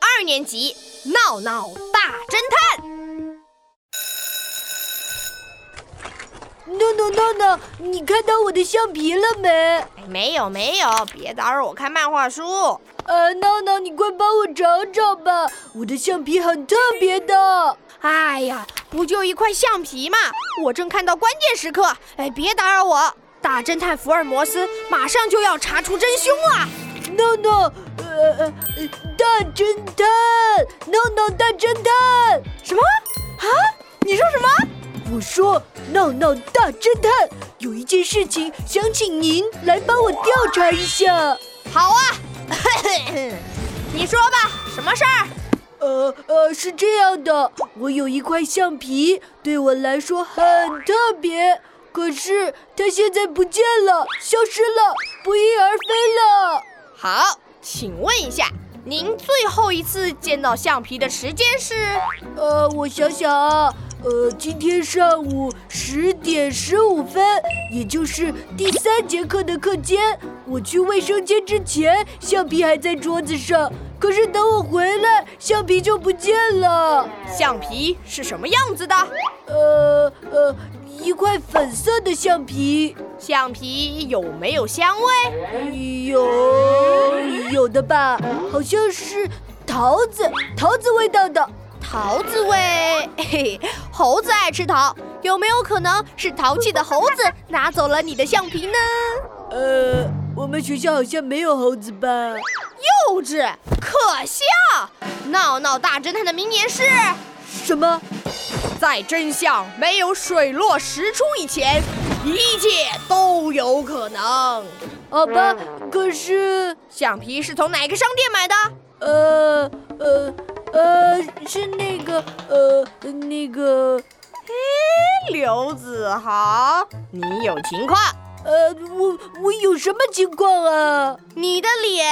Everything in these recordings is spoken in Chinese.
哦年级闹闹大侦探。闹闹闹闹，你看到我的橡皮了没？哎没有没有，别打扰我看漫画书。呃，闹闹，你快帮我找找吧，我的橡皮很特别的。哎呀，不就一块橡皮嘛！我正看到关键时刻，哎，别打扰我。大侦探福尔摩斯马上就要查出真凶了。闹闹，呃呃，呃大侦探，闹闹大侦探，什么？啊？你说什么？我说闹闹大侦探，有一件事情想请您来帮我调查一下。好啊， 你说吧，什么事儿？呃呃，是这样的，我有一块橡皮，对我来说很特别，可是它现在不见了，消失了，不翼而飞了。好，请问一下，您最后一次见到橡皮的时间是？呃，我想想啊，呃，今天上午十点十五分，也就是第三节课的课间，我去卫生间之前，橡皮还在桌子上，可是等我回来，橡皮就不见了。橡皮是什么样子的？呃呃，一块粉色的橡皮，橡皮有没有香味？有哎有的吧？好像是桃子，桃子味道的。桃子味。 嘿嘿，猴子爱吃桃，有没有可能是淘气的猴子拿走了你的橡皮呢？呃，我们学校好像没有猴子吧？幼稚，可笑！闹闹大侦探的名言是：什么？在真相没有水落石出以前，一切都有可能。好吧，哦可是，橡皮是从哪个商店买的？呃呃呃，是那个呃那个刘子豪，你有情况，呃，我我有什么情况啊？你的脸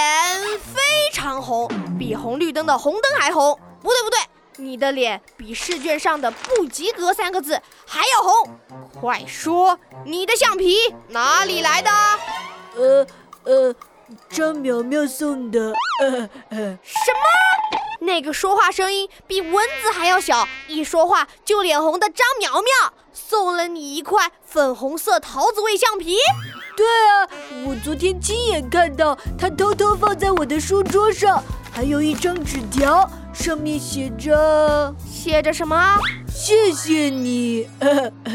非常红，比红绿灯的红灯还红。不对不对，你的脸比试卷上的“不及格”三个字还要红。快说，你的橡皮哪里来的？呃呃，张苗苗送的。呃呃，什么？那个说话声音比蚊子还要小，一说话就脸红的张苗苗送了你一块粉红色桃子味橡皮。对啊，我昨天亲眼看到他偷偷放在我的书桌上，还有一张纸条，上面写着写着什么？ “谢谢你” 呃。呃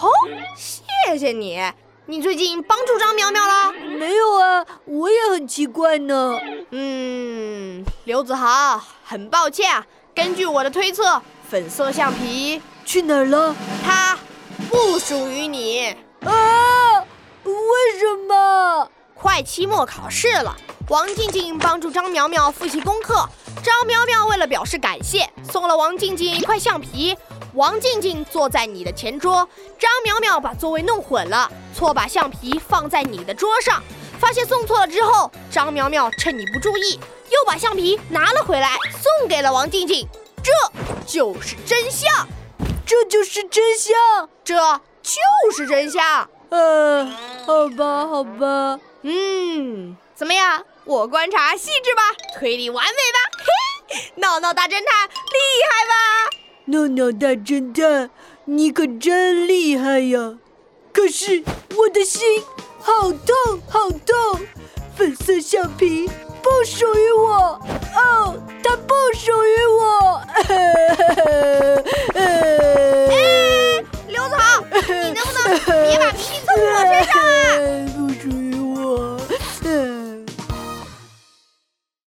哦，谢谢你，你最近帮助张苗苗了？没有啊，我也很奇怪呢。嗯，刘子豪，很抱歉啊，根据我的推测，粉色橡皮去哪儿了？它不属于你。啊！为什么？快期末考试了，王静静帮助张苗苗复习功课。张苗苗为了表示感谢，送了王静静一块橡皮。王静静坐在你的前桌，张苗苗把座位弄混了，错把橡皮放在你的桌上。发现送错了之后，张苗苗趁你不注意，又把橡皮拿了回来，送给了王静静。这就是真相，这就是真相。这就是真相。呃，好吧，好吧，嗯，怎么样？我观察细致吧，推理完美吧，嘿，闹闹大侦探厉害吧？闹闹大侦探，你可真厉害呀！可是我的心好痛，好痛，粉色橡皮不属于哦嗯 哎